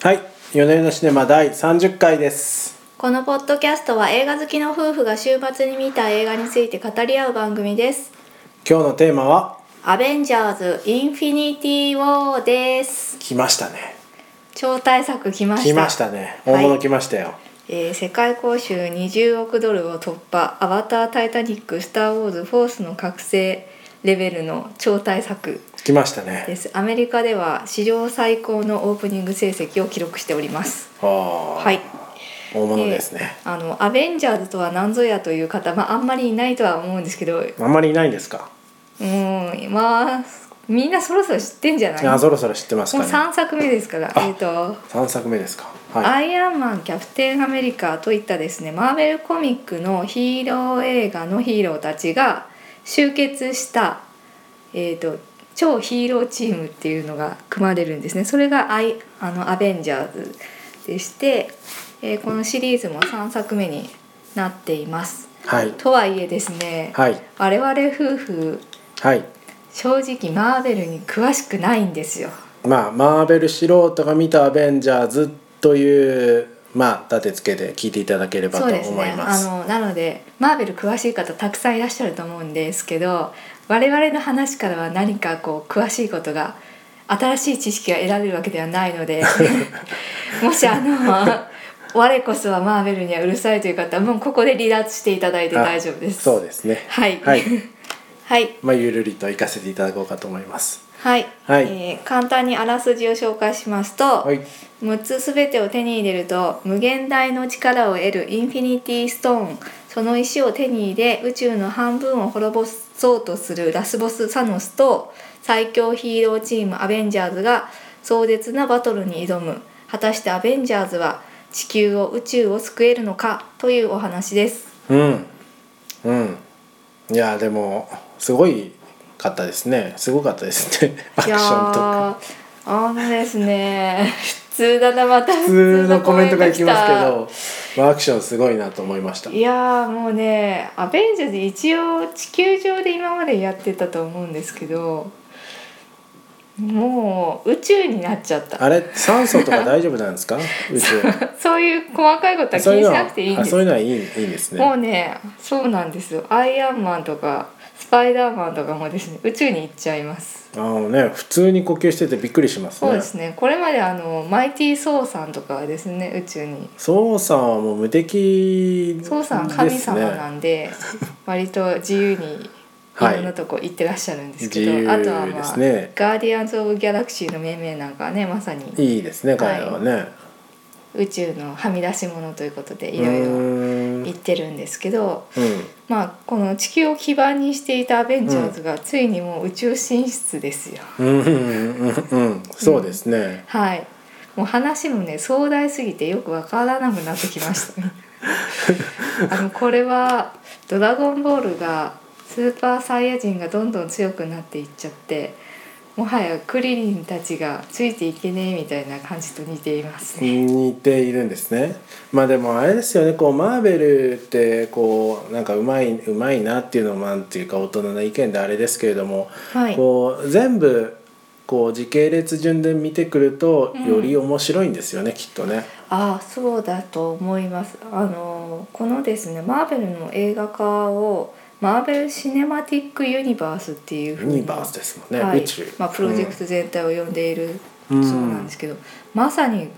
はい夜な夜なシネマ第30回ですこのポッドキャストは映画好きの夫婦が週末に見た映画について語り合う番組です今日のテーマはアベンジャーズインフィニティウォーです来ましたね超大作来ました来ましたねはい大物来ましたよ、えー世界興収20億ドルを突破アバタータイタニックスターウォーズフォースの覚醒レベルの超大作来ましたねですアメリカでは史上最高のオープニング成績を記録しておりますああ、はい大物ですね、あのアベンジャーズとは何ぞやという方、まあ、あんまりいないとは思うんですけどあんまりいないんですか、うんまあみんなそろそろ知ってんじゃないあもうそろそろ知ってますかね3作目ですからあえっ、と三作目ですかはいアイアンマンキャプテンアメリカ」といったですねマーベルコミックのヒーロー映画のヒーローたちが集結した、えー、と超ヒーローチームっていうのが組まれるんですねそれがアイあのアベンジャーズでして、えーこのシリーズも3作目になっています。はいとはいえですね、はい我々夫婦はい正直マーベルに詳しくないんですよ。まあマーベル素人が見たアベンジャーズというまあ立て付けで聞いていただければとそう思ですねいまあすのなのでマーベル詳しい方たくさんいらっしゃると思うんですけど我々の話からは何かこう詳しいことが新しい知識が得られるわけではない のでもしあの我こそはマーベルにはうるさいという方はもうここで離脱していただいてあ大丈夫です。そうですねはい、 はい、はいまあゆるりと行かせていただこうかと思いますはいはいえー簡単にあらすじを紹介しますと、はい6つすべてを手に入れると無限大の力を得るインフィニティストーンその石を手に入れ宇宙の半分を滅ぼそうとするラスボスサノスと最強ヒーローチームアベンジャーズが壮絶なバトルに挑む果たしてアベンジャーズは地球を宇宙を救えるのかというお話ですうんうんいやでもすごいかったですねすごかったですねアクシいやョンとかーあのですね 普通だなまた普普通のコメントがいきますけコメント来たど、まあ、アクションすごいなと思いましたいやーもうね「アベンジャーズ」一応地球上で今までやってたと思うんですけどもう宇宙になっちゃった あれ酸素とか大丈夫なんですか宇宙そういう細かいことは気そういうにしのなくていいんはあですそういうのはいいいいんですもうねねそうなんですよアイアンマンとかスパイダーマンとかもですね宇宙に行っちゃいますあのね普通に呼吸しててびっくりしますそうねですねこれまであのマイティー・ソーさんとかはですね宇宙にソウさんはもう無敵ですねソウさんは神様なんで割と自由にいはいろんなとこ行ってらっしゃるんですけど、自由あとはまですあ、ねガーディアンズ・オブ・ギャラクシー」の命名なんかはねまさにいいですね彼らはね、宇宙のはみ出し物ということでいいろいろうん言ってるんですけど、うんまあ、この地球を基盤にしていたアベンジャーズがついにもう宇宙進出ですよ。うんうんうんうんそうですね、はいもう話もね壮大すぎてよくわからなくなってきまし たねあのこれは「ドラゴンボール」がスーパーサイヤ人がどんどん強くなっていっちゃってもはやクリリンたちがついていけねえみたいな感じと似ていますね。似ているんですねまあでもあれですよねこうマーベルってこうなんかうまいうまいなっていうのもなんていうか大人な意見であれですけれども、はい、こう全部こう時系列順で見てくるとうんより面白いんですよね、きっとね。ああそうだと思いますあのこのですねマーベルの映画化をマーベル・シネマティック・ユニバースっていうユふうにニバースですもんね、はい宇宙、まあ、プロジェクト全体を呼んでいる、うんそうなんですけどまさに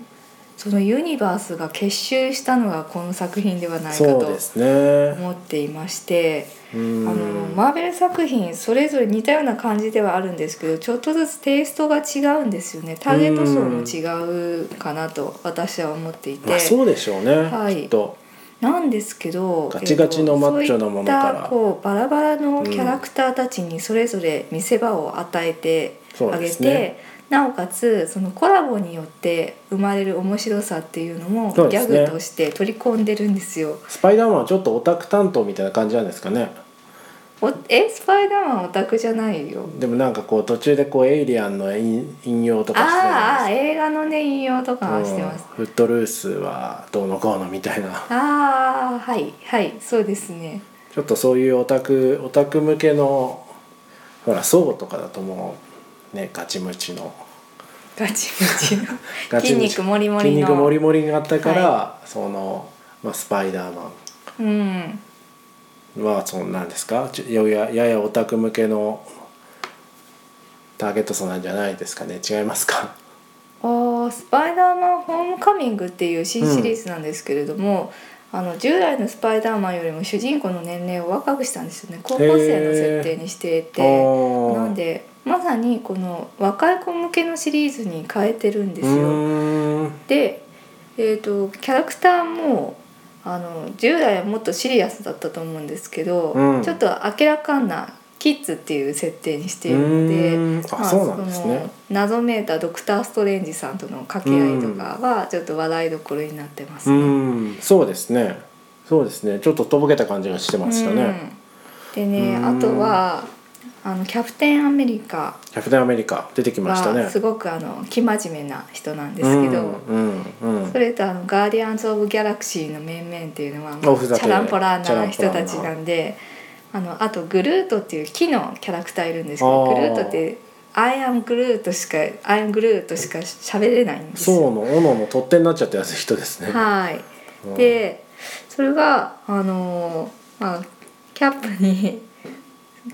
そのユニバースが結集したのがこの作品ではうなんいかそうとですね。思っていまして、ああのマーベル作品それぞれ似たような感じではあるんですけどちょっとずつテイストが違うんですよねターゲット層も違うかなと私は思っていて。まあそうでしょうね、はいきっと。なんですけどガチガチのマッチョなものからえっとそういったこうバラバラのキャラクターたちにそれぞれ見せ場を与えてうんそあうでげすて、ねなおかつそのコラボによって生まれる面白さっていうのもギそうですャねグとして取り込んでるんですよ。スパイダーマンはちょっとオタク担当みたいな感じなんですかね。おえスパイダーマンオタクじゃないよ。でもなんかこう途中でこうエイリアンの引引用とかしてあーあーた映画のね引用とかじゃないはですかしてます。うんフットルースはどうのこうのみたいな ああはいはいそうですね。ちょっとそういうオタクオタク向けのほらソウとかだともうねガチムチのガチムチの ガチムチ筋肉もりもりの筋肉もりもりがあったから、その、まあ、スパイダーマうんンはそのなんですかちょややややオタク向けのターゲット層なんじゃないですかね違いますかああスパイダーマンホームカミングっていう新シリーズなんですけれども、あの従来のスパイダーマンよりも主人公の年齢を若くしたんですよね高校生の設定にしていて、おーなんでまさにこの若い子向けのシリーズに変えてるんですうよ。ーんで、えー、とキャラクターもあの従来はもっとシリアスだったと思うんですけど、うんちょっと明らかなキッズっていう設定にしているので。うーんあまあそうなんですそねの謎めいたドクター・ストレンジさんとの掛け合いとかはちょっと笑いどころになってますうね。んそうですねそうですねちょっととぼけた感じがしてましたね、うんでねうんあとはあのキャプテン・アメリカキャプテンアメリカ出てきましたねはすごくあの生真面目な人なんですけど、うんうんうんそれとあの「ガーディアンズ・オブ・ギャラクシー」の面々っていうのはおふざけチャランポラチャラなンポラ人なたちなんであのあとグルートっていう木のキャラクターいるんですけどあーグルートって「アイアングルート」しか「アイアングルート」しか喋れないんですそうよ。の斧の取っ手になっちゃったやつ人ですね、はい、うんでそれがあのーまあキャップに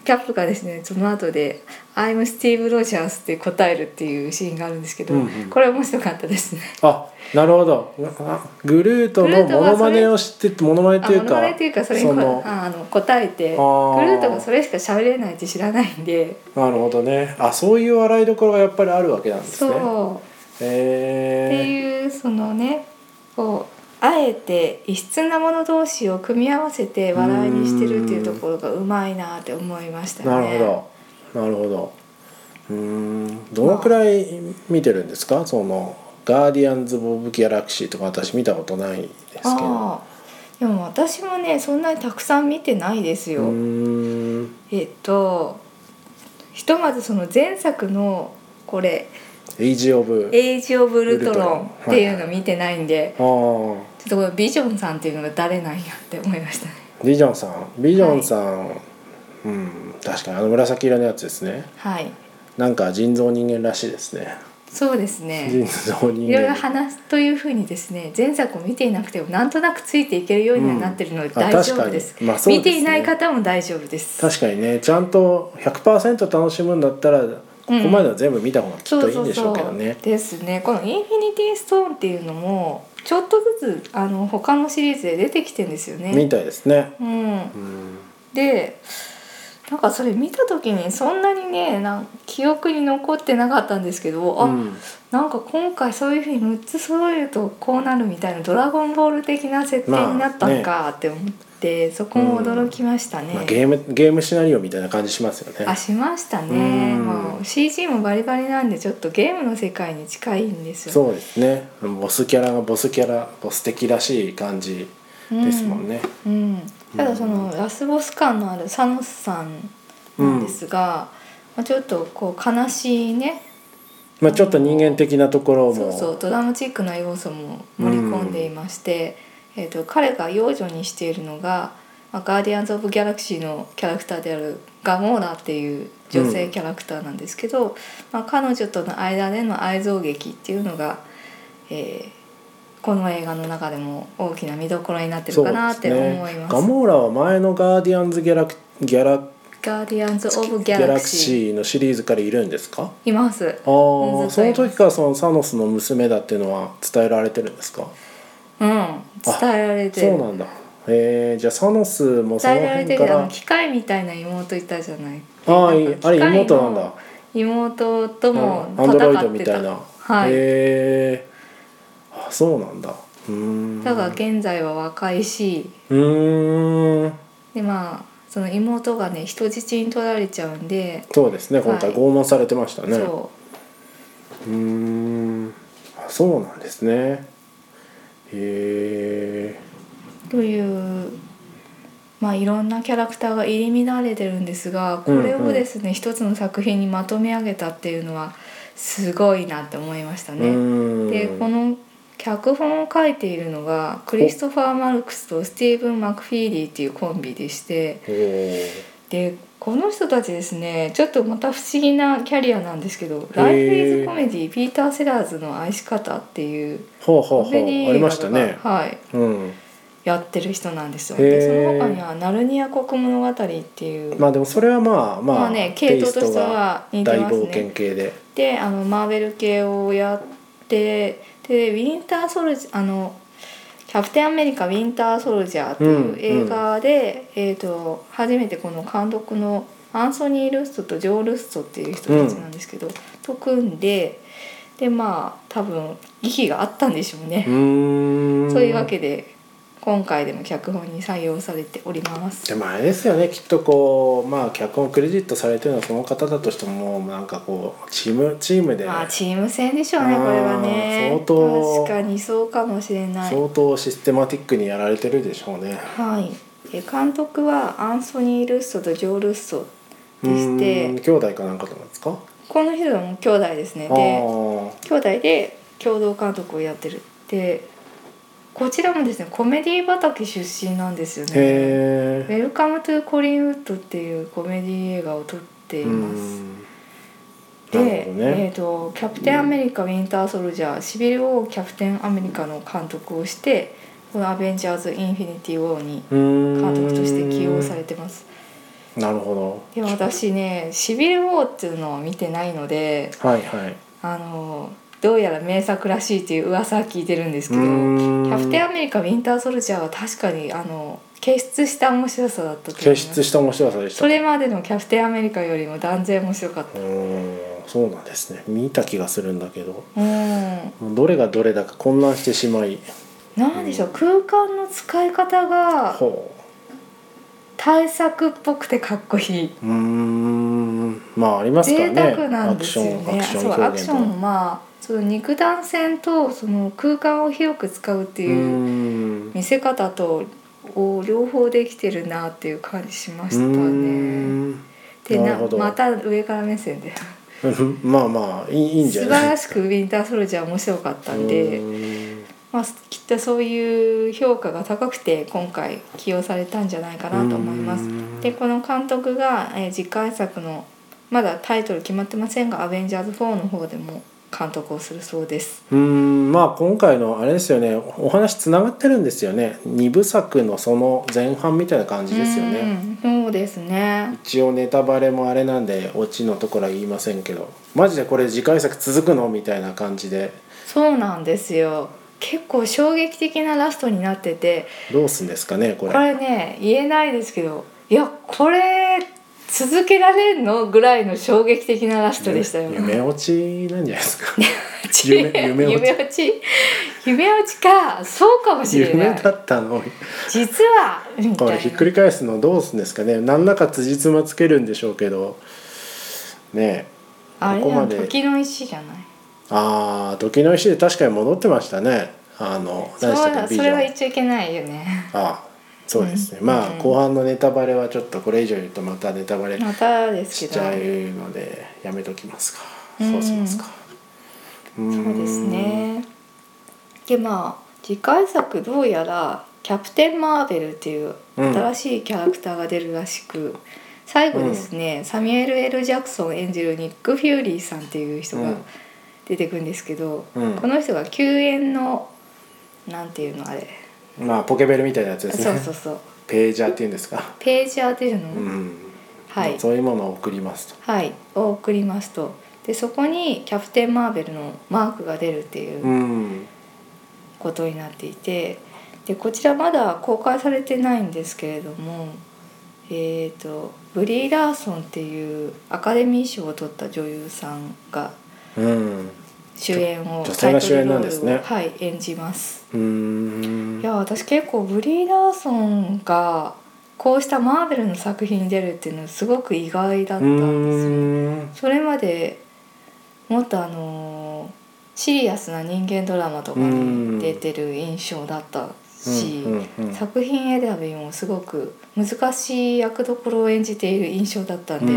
キャップがですねその後で「I'm Steve Rogers」って答えるっていうシーンがあるんですけど、うんうんこれ面白かったですね。あなるほどあグルートのモノマネを知っててモノマネっあていう物かまねっていうかそれにそこのああの答えてあグルーートがそれしか喋れないって知らないんでなるほどねあそういう笑いどころがやっぱりあるわけなんですねそう。ってへえいうそのねこうあえて異質なもの同士を組み合わせて笑いにしてるっていうところがうまいなって思いましたね。なるほどなるほどうーんどのくらい見てるんですかその「ガーディアンズ・オブ・ギャラクシー」とか私見たことないですけどうああでも私もねそんなにたくさん見てないですよ。ーんえっとひとまずその前作のこれエイジ・オブ「エイジ・オブ・ルトロン」っていうの見てないんで、あーちょっとこれビジョンさんっていうのが誰なんやって思いましたね。ビジョンさんビジョンさん、うん確かにあの紫色のやつですねはいなんか人造人間らしいですねそうですね。人造人間いろいろ話というふうにですね前作を見ていなくてもなんとなくついていけるようにはなってるのでうんあ大丈夫です,、確かにまあそうですね見ていない方も大丈夫です確かにねちゃんと100%楽しむんだったらここまでは全部見た方がきっそとういいそんうでしょそうけうどねですねこの「インフィニティ・ストーン」っていうのもちょっとずつあの他のシリーズで出てきてんですよみね、たいですねうんう、んでなんかそれ見た時にそんなにねなん記憶に残ってなかったんですけどあ、うんなんか今回そういうふうに6つ揃えるとこうなるみたいな「ドラゴンボール」的な設定になったのかって思って、そこも驚きましたね。まあ、ゲームゲームシナリオみたいな感じしますよねあしましたね、うんまあ、CG もバリバリなんでちょっとゲームの世界に近いんですよそうですねボスキャラがボスキャラボス的らしい感じですもんね、うんただそのラスボス感のあるサノスさんなんですが、まあ、ちょっとこう悲しいねまあ、ちょっと人間的なところもそうそうドラマチックな要素も盛り込んでいまして、えー、と彼が養女にしているのが「まあガーディアンズ・オブ・ギャラクシー」のキャラクターであるガモーラっていう女性キャラクターなんですけど、まあ、彼女との間での愛憎劇っていうのが、えーこの映画の中でも大きな見どころになってるかなって思います。ガモーラは前のガーディアンズギャラクギャラガーディアンズ・オブ・ギギャャララククシーシーのシリーズからいるんですか。いまあす。あ、うんずそっとのいます時からそのサノスの娘だっていうのは伝えられてるんですか。うん、伝えられてそうるなんだ。ええじゃあサノスもその伝えられ辺てかるあのら。機械みたいな妹いたじゃないああ、いなんかあれ機械の妹なんだ。妹ともアンドロイ戦ドっみてたた、いな。はい、ええあ、そうなんだ。うーん。だから現在は若いしうーん。でまあその妹がね人質に取られちゃうんで、そうですね。今回はい拷問されてましたね。そうーんあそうなんですねへえうというまあいろんなキャラクターが入り乱れてるんですがこれうんうをんですね、一つの作品にまとめ上げたっていうのはすごいなって思いましたね。でこの脚本を書いているのがクリストファー・マルクスとスティーブン・マクフィーリーっていうコンビでしておーでこの人たちですねちょっとまた不思議なキャリアなんですけど「ライフ・イズ・コメディピーター・セラーズの愛し方」っていうほうほうほうコメディ映画ありましたねはい、うんやってる人なんですよ。へーでその他には「ナルニア国物語」っていう、まあでもそれはまあまあ、まあね系統としてはテイス似トがて大ます冒ね険。系でであのマーベル系をやってで「ウィンター・ソルジャー」あの「キャプテン・アメリカ・ウィンター・ソルジャー」っていう映画で、えー、と初めてこの監督のアンソニー・ルストとジョー・ルストっていう人たちなんですけど、と組んででまあ多分息があったんでしょうねう。ーんそういうわけで今回でも脚本に採用されておりますで。もあれですよねきっとこうまあ脚本クレジットされてるのはその方だとしてももうなんかこうチームチームでまあチーム戦でしょうねあーこれはね相当確かにそうかもしれない相当システマティックにやられてるでしょうね。はい、で監督はアンソニー・ルッソとジョー・ルッソでしうーんて兄弟かなんかとかですか。この人はもう兄弟ですねあでー兄弟で共同監督をやってるでこちらもですねコメディ畑出身なんですよねへ「ウえ。ェルカム・トゥ・コリンウッド」っていうコメディ映画を撮っていうーまんすなる、ほどでえね。ー、とキャプテンアメリカ、ウィンター・ソルジャーシビル・ウォー・キャプテン・アメリカの監督をしてこの「アベンジャーズ・インフィニティ・ウォー」にうーん監督として起用されてますなるほで私ね「シビル・ウォー」っていうのを見てないのでど。はいはい。あのどうやら名作らしいっていう噂は聞いてるんですけどう「ーんキャプテンアメリカ・ウィンター・ソルジャー」は確かにあの傑出した面白さだったと思いま傑す出した面白さでした。それまでの「キャプテンアメリカ」よりも断然面白かっうたーんそうなんですね。見た気がするんだけど、うんどれがどれだか混乱してしまい、何でしょう空間の使い方がほ。対策っぽくてかっこいいううーん。まあありますから贅ね。沢なんアでクすシよョンアねクションそうア表ク現シとョンもまあその肉弾戦とその空間を広く使うってういうーん見せ方とを両方できてるなっていう感じしましたうーね。んなでるなほどまた上から目線でうん まあまあいいいいんじゃ素晴ないらしく「ウィンター・ソルジャー」面白かったんで、うまあ、きっとそういう評価が高くて今回起用されたんじゃないかなと思いますう。んでこの監督が、えー次回作のまだタイトル決まってませんが「アベンジャーズ4」の方でも監督をするそうです。ーんまあ今回のあれですよねお話つながってるんですよね二部作のその前半みたいな感じですよねうんそうですね一応ネタバレもあれなんでオチのところは言いませんけどマジでこれ次回作続くのみたいな感じでそうなんですよ結構衝撃的なラストになっててどうすんですかねここれれね言えないですけどいやこれ続けられんのぐらいの衝撃的なラストでしたよ。夢夢落ちなんじゃない ですか夢夢夢落ち落ち夢落ちかそうかもしれな夢いだったの実はみたいこなれひっくり返すのどうすんですかね何らか辻褄つけるんでしょうけどねえあれここはまで時の石じゃないああ時の石で確かに戻ってましたねあのそ何うでしたっけだそビジれはョ言ンっちゃいけないよねああそうですね、うんまあ、うん後半のネタバレはちょっとこれ以上言うとまたネタバレまたですしけちどゃうのでやめときますか、うんそうしますかそそうですねでまあ次回作どうやらキャプテン・マーベルっていううん新しいキャラクターが出るらしく、最後ですね、サミュエル・ L ・ジャクソン演じるニック・フューリーさんっていう人うがん出てくるんですけど、うんこの人が救援のなんていうのあれまあポケベルみたいなやつですそねうそうそうページャーっていうんですか、ページャーっていうの、うんはいそういうものを送りますとはい、を送りますとでそこにキャプテン・マーベルのマークが出るっていううんことになっていてでこちらまだ公開されてないんですけれども、えー、とブリー・ラーソンっていうアカデミー賞を取った女優さんがうん主演を女性が主演なんですねタイトルロールをはい、演じます。うーんいや私結構ブリー・ラーソンがこうしたマーベルの作品に出るっていうのはすごく意外だったんですうよね。ーんそれまでもっとあのーシリアスな人間ドラマとかに出てる印象だったし、うんうんうん作品選びもすごく難しい役どころを演じている印象だったんで、う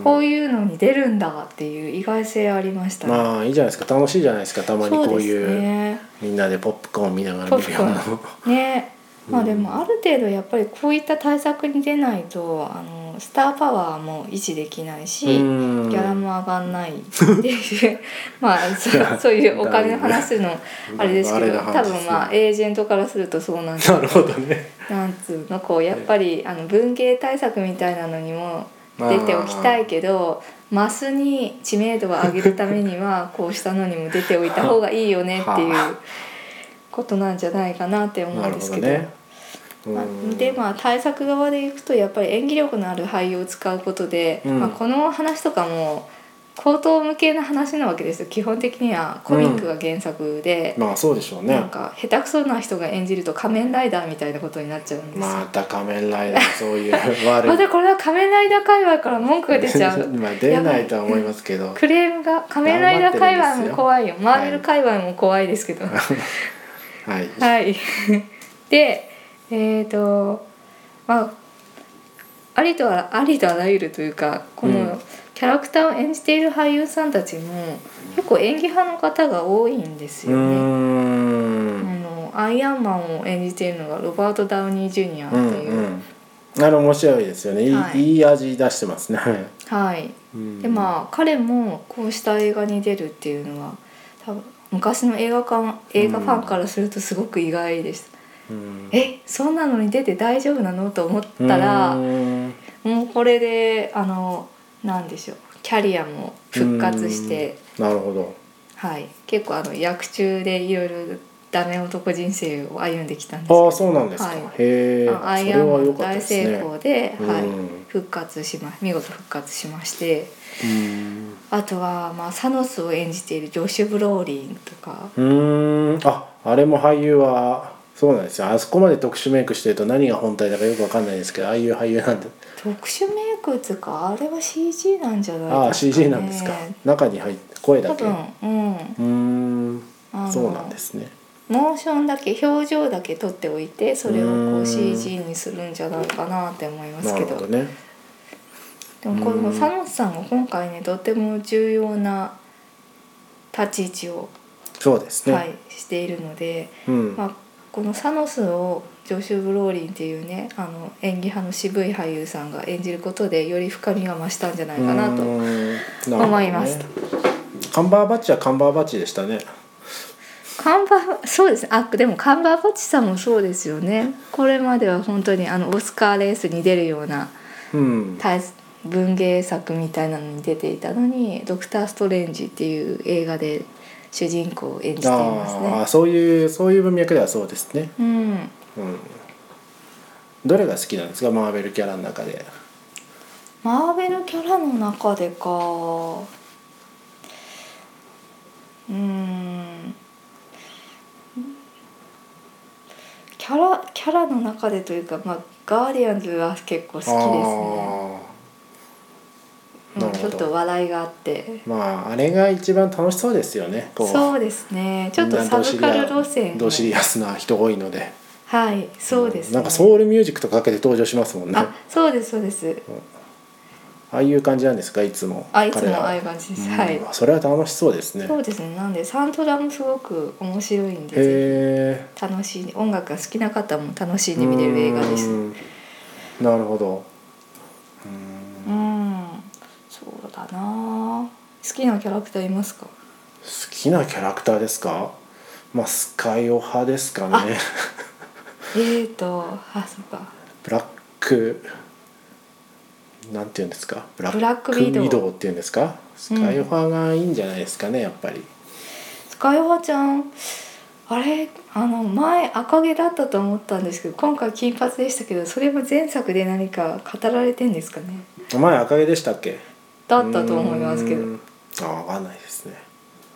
んこういうのに出るんだっていう意外性ありましたね。まあいいじゃないですか楽しいじゃないですかたまにこうそいうですねみんなでポップコーン見ながら見るようなポップコーンねまあでもある程度やっぱりこういった対策に出ないとあのスターパワーも維持できないし、うんギャラも上がんないっていう まあそそういうお金の話のあれですけどだいぶあれな多話ですね分まあエージェントからするとそうなんですなるほどねなんつうのこうやっぱりあの文芸対策みたいなのにも出ておきたいけどマスに知名度を上げるため にはこうしたのにも出ておいた方がいいよねっていうはことなんじゃないかなって思うなんるでほすどけど。ねまあうんでまあ対策側でいくとやっぱり演技力のある俳優を使うことで、うんまあ、この話とかも口頭無形な話なわけですよ基本的にはコミックが原作で、まあそうでしょうなねんか下手くそな人が演じると仮面ライダーみたいなことになっちゃうんですよ。また仮面ライダーそういうま悪いたこれは仮面ライダー界隈から文句が出ち ゃうまあ出ないとは思いますけどクレームが仮面ライダー界隈も怖いよマ頑張ってるんーベルです界隈も怖いで すけどははいいでえっ、とまあありとあありとあらゆるというかこうんのキャラクターを演じている俳優さんたちも結構演技派の方が多いんですうよね。あんのアイアンマンを演じているのがロバート・ダウニー・ジュニアってういんう、うんあれ面白いですよねいい,、はいい、い味出してますねはい、であまあ彼もこうした映画に出るっていうのは多分昔の映画館映画ファンからするとすごく意外でした、えそんなのに出て大丈夫なのと思ったらうんもうこれであのなんでしょうキャリアも復活して、なるほどはい、結構あの役中でいろいろダメ男人生を歩んできたんですけああどーそうなんですか、はいへえあアそイれアンマは良かンった大ですね成功で、はうんい、復活しま見事復活しまして。うんあとは、まあ、サノスを演じているジョシュ・ブローリンとかうーんああれも俳優はそうなんですよあそこまで特殊メイクしてると何が本体だかよくわかんないですけどああいう俳優なんで、特殊メイクっていうかあれは CG なんじゃないですか、ね、ああ CG なんですか中に入って声だ多け分ううんーんあのそうなんですねモーションだけ表情だけ撮っておいてそれをうこーんう CG にするんじゃないかなって思いますなけるどほどねでもこうのんサノスさんが今回ねとても重要な立ち位置を、そうですね、はい、しているので、うん、まあ、このサノスをジョシュ・ブローリンっていうねあの演技派の渋い俳優さんが演じることでより深みが増したんじゃないかなとうーんなるほどね思います。カンバーバッチはカンバーバッチでしたねカンバーそうですねあでもカンバーバッチさんもそうですよねこれまでは本当にあのオスカーレースに出るようなうん大文芸作みたいなのに出ていたのに「ドクター・ストレンジ」っていう映画で主人公を演じていますああね。そういうそういう文脈ではそうですねうん、うんどれが好きなんですかマーベルキャラの中でマーベルキャラの中でかうーんキャラキャラの中でというか、まあ、ガーディアンズは結構好きですね、あーうん、なちるょほっとど笑いがあってまああれが一番楽しそうですよねこうそうですねちょっとサブカル路線ドシリアスな人多いのではいそうですね、なんかソウルミュージックとかけて登場しますもんねああそうですそうですあいう感じなんですかいつもあいつ彼らもああいう感じですうんはいそれは楽しそうですねそうですねなんでサントラもすごく面白いんですよへ楽しい音楽が好きな方も楽しえんで見れる映画ですうんなるほどうん好そうだな好きなキャラクターいますかきなキャラクターですかまあスカイオ派ですかねえーとあそうかブラックなんていうんですかブラブラックウィドウウっていうんですかスカイオ派がいいんじゃないですかねやっぱりスカイホちゃんあれあの前赤毛だったと思ったんですけど今回金髪でしたけどそれも前作で何か語られてんですかね前赤毛でしたっけだったと思いますけうどんあわかんないですね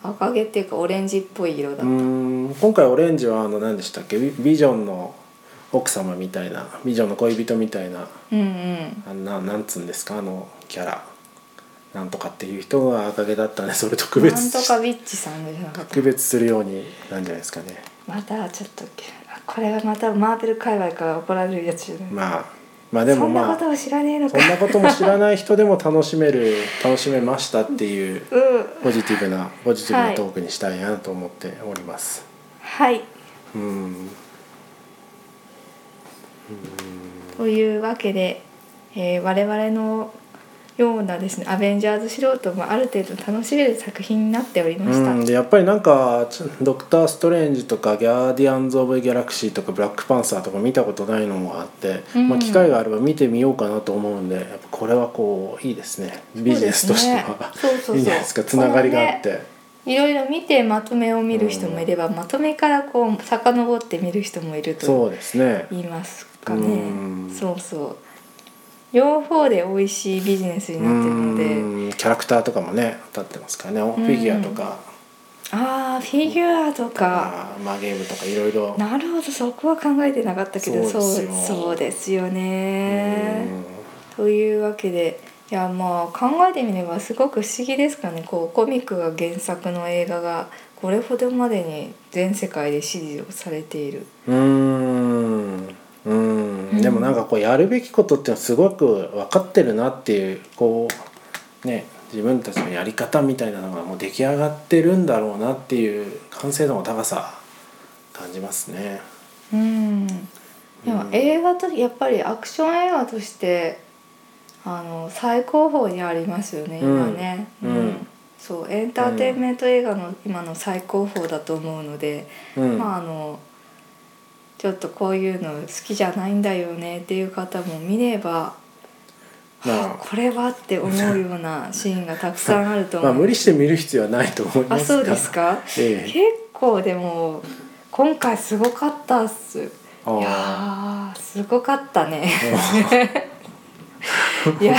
赤毛っていうかオレンジっぽい色だうーん今回オレンジはあの何でしたっけビビジョンの奥様みたいなビジョンの恋人みたいなうんうんあんななんつうんですかあのキャラなんとかっていう人が赤毛だったんでそれと区な別んしとかビッチさんじゃなかった区別するようになんじゃないですかねまたちょっとあこれはまたマーベル界隈から怒られるやつじゃない、まあまあでもまあそんなことを知らねえのそかんなことも知らない人でも楽しめる楽しめましたっていううんポジティブなポジティブなトークにしたいなと思っております。はいうんというわけで、えー我々のようなですねアベンジャーズ素人もある程度楽しめる作品になっておりました。うん、でやっぱりなんかちょドクター・ストレンジとかギャーディアンズ・オブ・ギャラクシーとかブラックパンサーとか見たことないのもあって、うんまあ、機会があれば見てみようかなと思うんでやっぱこれはこういいですねビジネスとしてはそうですねそうそうそういいんじゃないですかつながりがあって、いろいろ見てまとめを見る人もいれば、まとめからこう遡って見る人もいるとそうですね言いますかね、うんそうそう両方で美味しいビジネスにうなってるので、んキャラクターとかもね当たってますからねフィギュアとか、ああフィギュアとか、あーまあゲームとかいろいろなるほどそこは考えてなかったけどそうですよそうそうですようねん。というわけでいやまあ考えてみればすごく不思議ですかねこうコミックが原作の映画がこれほどまでに全世界で支持をされている。うーんうーうんんでもなんかこうやるべきことっていうのはすごく分かってるなっていうこうね自分たちのやり方みたいなのがもう出来上がってるんだろうなっていう完成度の高さ感じますね。うんでもうん映画とやっぱりアクション映画としてあの最高峰にありますよね今ね、うんうんそうエンターテインメント映画の今の最高峰だと思うので、うん、まああのちょっとこういうの好きじゃないんだよねっていう方も見れば、まあこれはって思うよ うなシーンがたくさんあると思まう。あ無理して見る必要はないと思いあますそうですかえ結え構でも今回すごかったっす。あーいやーすごかったねいや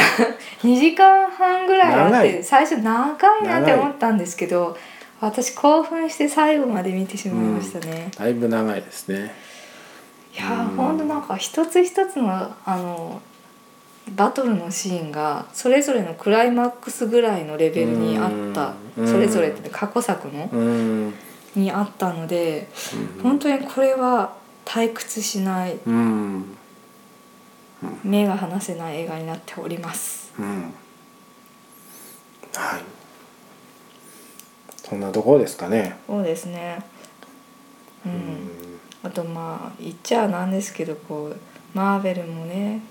2時間半ぐらいあっ長てい最初長いなっ長てい思ったんですけど私興奮して最後まで見てしまいましたね、だいぶ長いですね。いやーうんほんとなんか一つ一つのあのバトルのシーンがそれぞれのクライマックスぐらいのレベルにあったうんそれぞれって過去作のうん、にあったのでうん本当にこれは退屈しないうん、目が離せない映画になっております。うんはいそんなところですかね。そうですね。う。うんあとまあ言っちゃなんですけどこうマーベルもね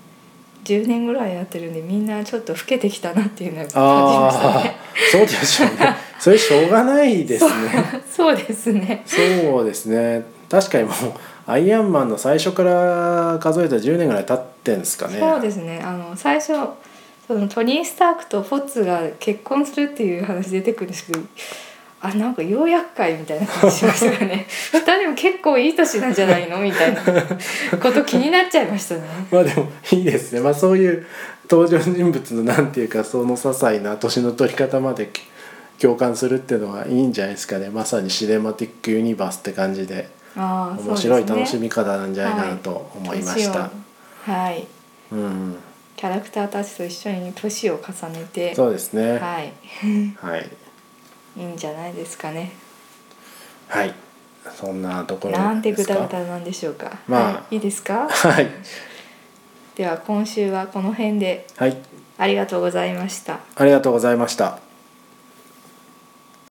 10年ぐらいやってるんでみんなちょっと老けてきたなっていうのを感じましたああね。ーそうでしょうねそれしょうがないですね そうですね。そうですね確かにもうアイアンマンの最初から数えたら10年ぐらい経ってんですかねそうですすね。あの最初そのトニー・スタークとフォッツが結婚するっていう話出てくるんですけど。あなんかようやくかいみたいな感じしましたよ ね二人も結構いい年なんじゃないのみたいなこと気になっちゃいましたねまあでもいいですねまあそういう登場人物のなんていうかその些細な年の取り方までき共感するっていうのはいいんじゃないですかねまさにシネマティックユニバースって感じでああ面白いそう楽ですしねみ方なんじゃないかなと思いました、年をはいうんキャラクターたちと一緒に年を重ねてそうですねはいはいいいんじゃないですかねはい。そんなところですか。なんてぐだぐだなんでしょうかまあはい、いいですかはい。では今週はこの辺ではい。ありがとうございましたありがとうございました。